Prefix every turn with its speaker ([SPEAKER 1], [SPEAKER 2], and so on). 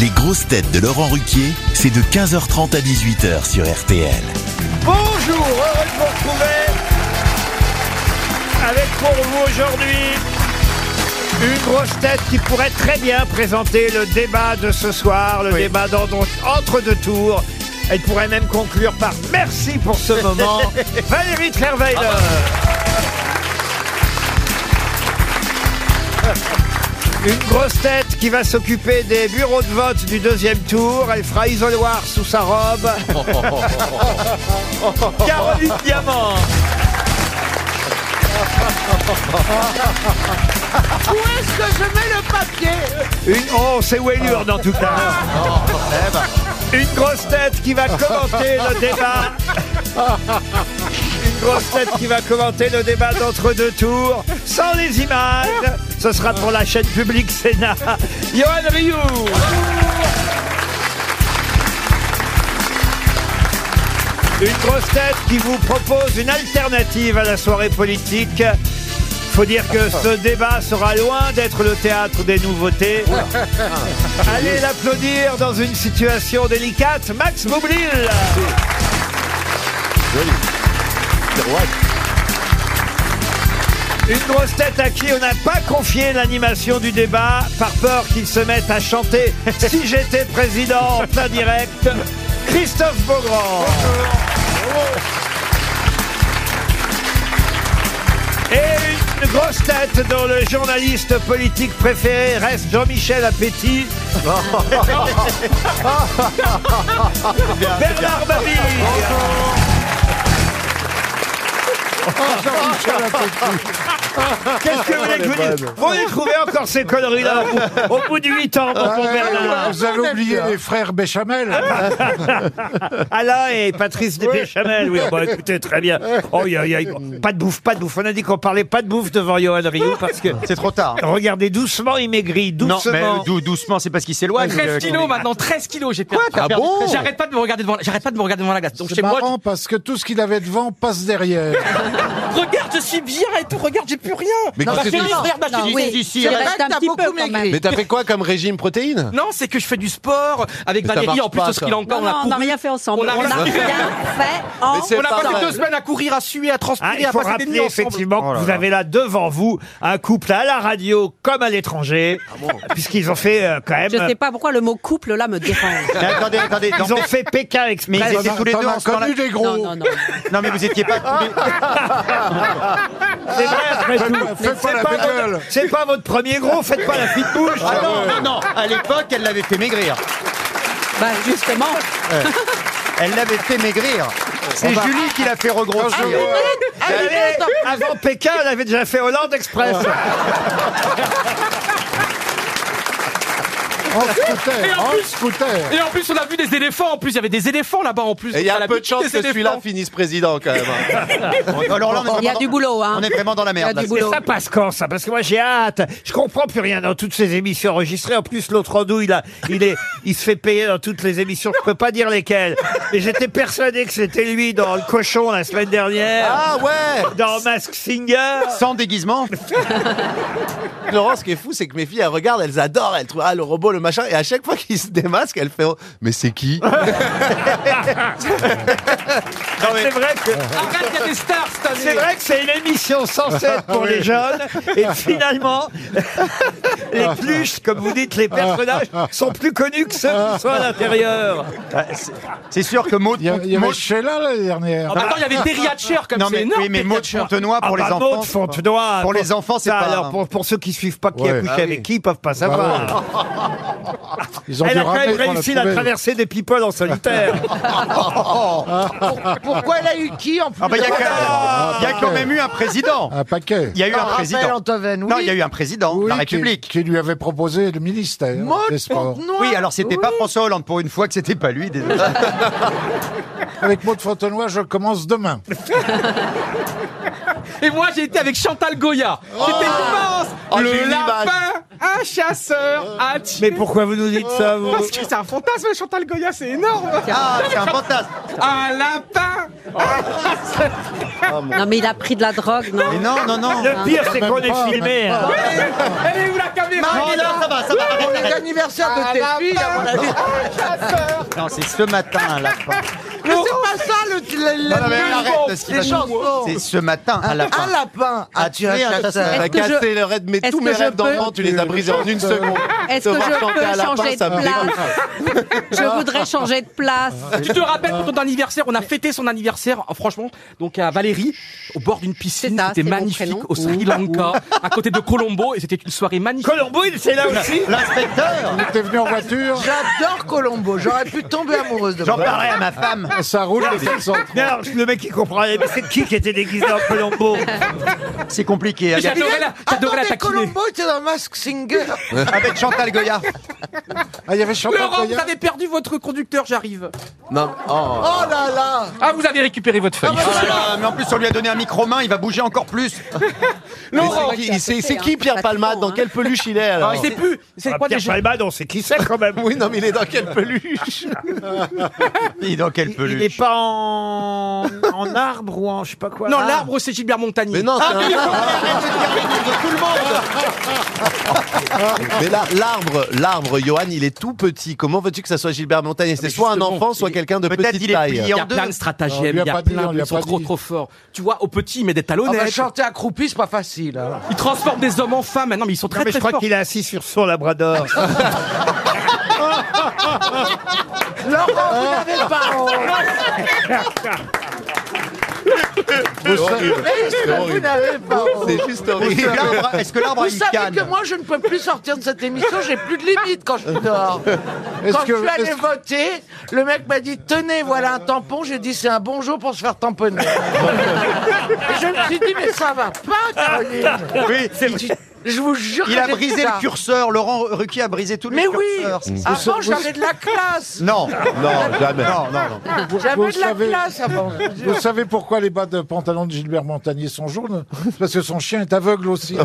[SPEAKER 1] Les grosses têtes de Laurent Ruquier, c'est de 15h30 à 18h sur RTL.
[SPEAKER 2] Bonjour, heureux de vous retrouver avec pour vous aujourd'hui une grosse tête qui pourrait très bien présenter le débat de ce soir, le débat dans, dans- entre deux tours. Elle pourrait même conclure par merci pour ce moment, Valérie Trierweiler. Une grosse tête qui va s'occuper des bureaux de vote du deuxième tour. Elle fera isoloir sous sa robe. Caroline Diamant.
[SPEAKER 3] Où est-ce que je mets le papier Eh
[SPEAKER 2] Une... Oh, c'est où est l'urne en tout cas.
[SPEAKER 3] ben.
[SPEAKER 2] Une grosse tête qui va commenter le débat. Une grosse tête qui va commenter le débat d'entre deux tours, sans les images. Ce sera pour la chaîne publique Sénat. Johan Rioux. Une grosse tête qui vous propose une alternative à la soirée politique. Faut dire que ce débat sera loin d'être le théâtre des nouveautés. Allez l'applaudir dans une situation délicate, Max Boublil Une grosse tête à qui on n'a pas confié l'animation du débat par peur qu'il se mette à chanter Si j'étais président en plein direct, Christophe Beaugrand. Et une grosse tête dont le journaliste politique préféré reste Jean-Michel Appetit. Bernard Mabille. Qu'est-ce que vous voulez que je vous dise Vous les trouvez encore ces conneries-là au, au bout de 8 ans, mon bon Bernard.
[SPEAKER 4] Vous avez oublié les frères Béchamel. hein,
[SPEAKER 2] Alain et Patrice Deschamel. Oui, bon, écoutez, très bien. Oh, y a- y a- Pas de bouffe, pas de bouffe. On a dit qu'on parlait pas de bouffe devant Johan Rioux parce que,
[SPEAKER 5] C'est trop tard.
[SPEAKER 2] regardez, doucement, il maigrit,
[SPEAKER 5] Non, mais euh,
[SPEAKER 2] doucement.
[SPEAKER 5] dou- doucement, c'est parce qu'il s'éloigne. euh,
[SPEAKER 6] 13 kilos maintenant, 13 kilos j'ai perdu.
[SPEAKER 5] ah bon
[SPEAKER 6] J'arrête pas de me regarder devant, la- j'arrête pas de me regarder devant la glace. Donc
[SPEAKER 4] C'est
[SPEAKER 6] chez
[SPEAKER 4] marrant
[SPEAKER 6] moi,
[SPEAKER 4] parce que tout ce qu'il avait devant passe derrière.
[SPEAKER 6] je- regarde, je suis bien et tout. Regarde, j'ai plus rien.
[SPEAKER 7] Mais
[SPEAKER 6] Parce
[SPEAKER 7] qu'est-ce
[SPEAKER 6] que
[SPEAKER 7] que tu-
[SPEAKER 6] regarde, je te dis-
[SPEAKER 8] oui,
[SPEAKER 6] si, si,
[SPEAKER 8] c'est
[SPEAKER 6] regarde.
[SPEAKER 8] vrai. Reste un
[SPEAKER 3] T'as
[SPEAKER 8] petit peu,
[SPEAKER 3] beaucoup
[SPEAKER 8] quand
[SPEAKER 3] maigri.
[SPEAKER 8] même.
[SPEAKER 7] Mais t'as fait quoi comme régime protéines
[SPEAKER 6] Non, c'est que je fais du sport avec
[SPEAKER 7] Mais ça
[SPEAKER 6] Valérie.
[SPEAKER 7] marche
[SPEAKER 6] En plus,
[SPEAKER 7] pas,
[SPEAKER 6] de ce qu'il a encore,
[SPEAKER 8] Non, non, on
[SPEAKER 6] on a
[SPEAKER 8] n'a
[SPEAKER 6] couru.
[SPEAKER 8] rien fait ensemble.
[SPEAKER 6] On a rien fait.
[SPEAKER 8] fait ensemble.
[SPEAKER 7] c'est
[SPEAKER 6] On a passé
[SPEAKER 7] pareil.
[SPEAKER 6] deux semaines à courir, à suer, à
[SPEAKER 2] Ah,
[SPEAKER 6] transpirer,
[SPEAKER 2] il
[SPEAKER 6] à
[SPEAKER 2] faut
[SPEAKER 6] passer des
[SPEAKER 2] rappeler
[SPEAKER 6] nuits ensemble.
[SPEAKER 2] effectivement
[SPEAKER 5] Oh
[SPEAKER 2] que vous avez là devant vous un couple à la radio comme à l'étranger,
[SPEAKER 5] Ah
[SPEAKER 2] puisqu'ils ont fait euh, quand même.
[SPEAKER 8] Je sais pas pourquoi le mot couple là me dérange.
[SPEAKER 5] Mais attendez, attendez. non,
[SPEAKER 2] Ils ont fait Pékin avec
[SPEAKER 5] mais ils
[SPEAKER 4] T'en
[SPEAKER 5] étaient
[SPEAKER 4] as
[SPEAKER 5] tous les deux
[SPEAKER 4] t'en
[SPEAKER 5] en
[SPEAKER 4] as
[SPEAKER 5] ce temps-là.
[SPEAKER 4] connu des
[SPEAKER 8] Non,
[SPEAKER 4] gros.
[SPEAKER 8] non, non.
[SPEAKER 5] Non, mais vous étiez pas tous les-
[SPEAKER 2] C'est vrai, Ah, après tout.
[SPEAKER 4] Fais pas
[SPEAKER 2] C'est
[SPEAKER 4] la
[SPEAKER 2] pas,
[SPEAKER 4] gueule.
[SPEAKER 2] votre, c'est pas votre premier gros, faites pas la petite bouche.
[SPEAKER 5] Ah non, non, non. À l'époque, elle l'avait fait maigrir.
[SPEAKER 8] Bah, justement.
[SPEAKER 5] Elle l'avait fait maigrir. C'est Julie qui l'a fait regrossir.
[SPEAKER 2] Allez, ah, avant Pékin, elle avait déjà fait Hollande Express.
[SPEAKER 5] Ah.
[SPEAKER 4] En scooter.
[SPEAKER 6] Et en
[SPEAKER 4] En
[SPEAKER 6] plus-
[SPEAKER 4] scooter.
[SPEAKER 6] Et en plus, on a vu des éléphants. En plus, il y avait des éléphants là-bas. En plus,
[SPEAKER 7] Et il y
[SPEAKER 6] On
[SPEAKER 7] a peu de
[SPEAKER 6] l'habitude
[SPEAKER 7] chances
[SPEAKER 6] des
[SPEAKER 7] que celui-là
[SPEAKER 6] éléphants.
[SPEAKER 7] finisse président quand même. hein.
[SPEAKER 5] Alors là, on est
[SPEAKER 8] Il y a
[SPEAKER 5] vraiment
[SPEAKER 8] du
[SPEAKER 5] dans-
[SPEAKER 8] boulot, hein.
[SPEAKER 5] on est vraiment dans la
[SPEAKER 8] Il y a
[SPEAKER 5] merde. là.
[SPEAKER 8] du
[SPEAKER 2] Mais
[SPEAKER 8] boulot.
[SPEAKER 2] ça passe quand ça Parce que moi j'ai hâte. Je comprends plus rien dans toutes ces émissions enregistrées. En plus, l'autre andouille, là, il, est, il se fait payer dans toutes les émissions. Je peux pas dire lesquelles. Mais j'étais persuadé que c'était lui dans Le Cochon la semaine dernière,
[SPEAKER 5] Ah ouais
[SPEAKER 2] dans Mask Singer.
[SPEAKER 5] Sans déguisement
[SPEAKER 7] Laurent, ce qui est fou, c'est que mes filles, elles regardent, elles adorent, elles trouvent ah, le robot, le machin, et à chaque fois qu'il se démasque, elles font mais c'est qui
[SPEAKER 2] C'est vrai que
[SPEAKER 6] Arrête, il y a des stars cette année.
[SPEAKER 2] c'est vrai que c'est une émission sans cesse pour les jeunes. Et finalement, les plus, comme vous dites, les personnages sont plus connus que ceux qui sont à l'intérieur.
[SPEAKER 5] Euh, C'est sûr que Maud.
[SPEAKER 4] Il y a- il y avait
[SPEAKER 5] Maud-
[SPEAKER 4] Sheila l'année dernière.
[SPEAKER 6] Ah, bah, Attends, il y avait Terry Hatcher comme
[SPEAKER 5] Non,
[SPEAKER 6] c'est
[SPEAKER 5] mais,
[SPEAKER 6] énorme.
[SPEAKER 5] oui, mais
[SPEAKER 6] Terry
[SPEAKER 5] Maud
[SPEAKER 6] Hatcher.
[SPEAKER 5] Fontenoy, pour
[SPEAKER 2] Ah
[SPEAKER 5] les
[SPEAKER 2] bah, Maud
[SPEAKER 5] enfants.
[SPEAKER 2] Fontenoy,
[SPEAKER 5] Pour les enfants, c'est
[SPEAKER 2] ça,
[SPEAKER 5] pas-
[SPEAKER 2] Alors, pour, pour ceux qui suivent pas qui a
[SPEAKER 4] Ouais.
[SPEAKER 2] couché
[SPEAKER 4] Ah oui.
[SPEAKER 2] avec qui, ils peuvent pas savoir.
[SPEAKER 4] Ils ont
[SPEAKER 2] Elle
[SPEAKER 4] dû
[SPEAKER 2] a quand même
[SPEAKER 4] rappeler pour
[SPEAKER 2] réussi la
[SPEAKER 4] trouver.
[SPEAKER 2] traversée des people en solitaire.
[SPEAKER 3] Pourquoi elle a eu qui en plus
[SPEAKER 5] Ah bah, il y a quand même- il y a quand même eu un président.
[SPEAKER 4] Un paquet.
[SPEAKER 5] Il y a eu un président. Non, il y a eu un président de
[SPEAKER 4] Ah, Oui,
[SPEAKER 5] la
[SPEAKER 4] qui-
[SPEAKER 5] République.
[SPEAKER 4] Qui lui avait proposé le ministère des Sports.
[SPEAKER 5] Oui, alors c'était pas François Hollande pour une fois que c'était pas lui. désolé.
[SPEAKER 4] Avec Maud Fontenoy, je commence demain.
[SPEAKER 6] Et moi, j'ai été avec Chantal Goya. C'était immense.
[SPEAKER 7] Oh, j'ai
[SPEAKER 6] le
[SPEAKER 7] une
[SPEAKER 6] lapin, un chasseur a tué.
[SPEAKER 2] Mais pourquoi vous nous dites ça, vous
[SPEAKER 6] Parce que c'est un fantasme, Chantal Goya, c'est énorme.
[SPEAKER 5] Ah, c'est un fantasme.
[SPEAKER 6] Un lapin.
[SPEAKER 8] Non, mais il a pris de la drogue, non
[SPEAKER 5] Mais non, non, non.
[SPEAKER 2] Le pire, c'est qu'on est filmé. hein.
[SPEAKER 6] Elle est où la caméra
[SPEAKER 5] Non, non, ça va, ça va. arrête,
[SPEAKER 3] Pour les
[SPEAKER 5] arrête.
[SPEAKER 3] anniversaires de
[SPEAKER 6] Un
[SPEAKER 3] tes filles, à mon
[SPEAKER 6] lapin,
[SPEAKER 3] avis.
[SPEAKER 6] un chasseur.
[SPEAKER 5] Non, c'est ce matin, un lapin.
[SPEAKER 3] Mais c'est pas ça le, le,
[SPEAKER 5] Non, non, mais
[SPEAKER 3] le-
[SPEAKER 5] arrête, parce qu'il
[SPEAKER 3] les
[SPEAKER 5] va nous-
[SPEAKER 3] chansons.
[SPEAKER 5] C'est ce matin, un
[SPEAKER 3] Un
[SPEAKER 5] lapin.
[SPEAKER 3] lapin
[SPEAKER 4] Ah,
[SPEAKER 3] a tué un
[SPEAKER 5] tué un
[SPEAKER 3] chasseur.
[SPEAKER 5] chasseur.
[SPEAKER 7] T'as
[SPEAKER 8] Est-ce que
[SPEAKER 7] cassé
[SPEAKER 8] je-
[SPEAKER 7] le rêve, mais
[SPEAKER 8] est-ce
[SPEAKER 7] tous
[SPEAKER 8] que
[SPEAKER 7] mes
[SPEAKER 8] je
[SPEAKER 7] rêves
[SPEAKER 8] peux-
[SPEAKER 7] d'enfant, tu les as brisés en une seconde.
[SPEAKER 8] Est-ce
[SPEAKER 7] Te
[SPEAKER 8] que
[SPEAKER 7] voir chanter
[SPEAKER 8] je
[SPEAKER 7] à
[SPEAKER 8] peux
[SPEAKER 7] la
[SPEAKER 8] changer
[SPEAKER 7] fin, ça me
[SPEAKER 8] de
[SPEAKER 7] dégoûte.
[SPEAKER 8] place Je voudrais changer de place.
[SPEAKER 6] Tu te rappelles pour ton anniversaire, on a fêté son anniversaire, euh, franchement, donc à Valérie, au bord d'une piscine,
[SPEAKER 8] C'est ça,
[SPEAKER 6] c'était
[SPEAKER 8] c'est mon
[SPEAKER 6] magnifique,
[SPEAKER 8] prénom.
[SPEAKER 6] au Sri Lanka, à côté de Colombo, et c'était une soirée magnifique.
[SPEAKER 2] Colombo, il- c'est là aussi
[SPEAKER 5] L'inspecteur,
[SPEAKER 4] T'es venu en voiture,
[SPEAKER 3] J'adore Colombo. J'aurais pu tomber amoureuse de
[SPEAKER 5] j'en
[SPEAKER 3] moi.
[SPEAKER 5] parlerai à ma femme.
[SPEAKER 4] ça roule les centre.
[SPEAKER 2] Mais alors, le mec qui comprend rien, mais c'est qui qui était déguisé en Colombo
[SPEAKER 5] C'est compliqué. avec-
[SPEAKER 6] J'adorais la, j'adorais la
[SPEAKER 3] Attendez,
[SPEAKER 6] taquiner.
[SPEAKER 3] Colombo était dans Mask Singer.
[SPEAKER 5] Avec Chantal Goya.
[SPEAKER 4] Ah, il y avait Chantal
[SPEAKER 6] Laurent, vous
[SPEAKER 4] Goya
[SPEAKER 6] avez perdu votre conducteur, j'arrive.
[SPEAKER 7] Non, oh.
[SPEAKER 3] Oh là là
[SPEAKER 6] Ah, vous avez récupéré votre feuille.
[SPEAKER 5] Oh là là, mais en plus, on lui a donné un micro-main, il va bouger encore plus.
[SPEAKER 7] Mais
[SPEAKER 8] Laurent,
[SPEAKER 7] c'est qui-
[SPEAKER 8] c'est à
[SPEAKER 7] C'est
[SPEAKER 8] côté,
[SPEAKER 7] c'est qui
[SPEAKER 8] hein.
[SPEAKER 7] Pierre
[SPEAKER 8] Pas
[SPEAKER 7] Palmade
[SPEAKER 8] trop,
[SPEAKER 7] Dans
[SPEAKER 8] hein.
[SPEAKER 7] quelle peluche il est alors
[SPEAKER 6] Je sais plus, c'est
[SPEAKER 2] Ah,
[SPEAKER 6] quoi
[SPEAKER 2] Pierre
[SPEAKER 6] déjà
[SPEAKER 2] Palmade, on sait qui c'est quand même.
[SPEAKER 7] Oui, non, mais il est dans quelle peluche
[SPEAKER 5] Et dans quelle
[SPEAKER 2] Il
[SPEAKER 5] peluche
[SPEAKER 2] n'est pas en... en arbre ou en je sais pas quoi.
[SPEAKER 6] Non,
[SPEAKER 2] Ah.
[SPEAKER 6] l'arbre, c'est Gilbert Montagnier.
[SPEAKER 7] Mais non, c'est un Ah. Mais là, l'arbre, l'arbre, Johan, il est tout petit. Comment veux-tu que ça soit Gilbert Montagnier C'est soit un enfant, soit quelqu'un de
[SPEAKER 5] Peut-être
[SPEAKER 7] petite
[SPEAKER 5] Ah, il est plié
[SPEAKER 7] taille.
[SPEAKER 6] Il y
[SPEAKER 5] en
[SPEAKER 6] a
[SPEAKER 5] deux.
[SPEAKER 6] plein de
[SPEAKER 4] On
[SPEAKER 6] stratagèmes,
[SPEAKER 4] lui a
[SPEAKER 6] il y a
[SPEAKER 4] pas dit, on
[SPEAKER 6] plein
[SPEAKER 4] lui
[SPEAKER 6] de
[SPEAKER 4] a
[SPEAKER 6] sont
[SPEAKER 4] pas dit. Ah,
[SPEAKER 6] trop
[SPEAKER 4] bah,
[SPEAKER 6] trop forts. Tu vois, au petit, il met des
[SPEAKER 3] On va
[SPEAKER 6] talonnettes.
[SPEAKER 3] chanter accroupi, c'est pas facile. hein.
[SPEAKER 6] il transforme des hommes en femmes. Maintenant, mais ils sont
[SPEAKER 2] Non,
[SPEAKER 6] très
[SPEAKER 2] mais je
[SPEAKER 6] très
[SPEAKER 2] crois
[SPEAKER 6] forts.
[SPEAKER 2] qu'il est assis sur son labrador.
[SPEAKER 3] Laurent, vous n'avez pas honte. Vous n'avez pas honte.
[SPEAKER 7] C'est juste
[SPEAKER 5] Est-ce que
[SPEAKER 7] horrible.
[SPEAKER 5] l'arbre- Est-ce que l'arbre
[SPEAKER 3] Vous
[SPEAKER 5] a une
[SPEAKER 3] savez
[SPEAKER 5] canne
[SPEAKER 3] que moi, je ne peux plus sortir de cette émission, j'ai plus de limite quand je dors. Quand je suis allé
[SPEAKER 4] est-ce-
[SPEAKER 3] voter, le mec m'a dit Tenez, voilà un tampon. J'ai dit C'est un bon jour pour se faire tamponner. Et je me suis dit Mais ça va pas, Caroline.
[SPEAKER 5] Oui,
[SPEAKER 3] Je vous jure
[SPEAKER 5] Il
[SPEAKER 3] que
[SPEAKER 5] a
[SPEAKER 3] j'ai fait
[SPEAKER 5] brisé
[SPEAKER 3] ça.
[SPEAKER 5] le curseur. Laurent Ruquier a brisé tout le
[SPEAKER 3] Mais oui
[SPEAKER 5] curseur.
[SPEAKER 3] Avant, j'avais de la classe
[SPEAKER 5] Non,
[SPEAKER 7] Non, jamais.
[SPEAKER 5] non, non, non.
[SPEAKER 4] vous
[SPEAKER 3] J'avais de la
[SPEAKER 4] savez-
[SPEAKER 3] classe avant.
[SPEAKER 4] Vous savez pourquoi les bas de pantalon de Gilbert Montagnier sont jaunes C'est Parce que son chien est aveugle aussi.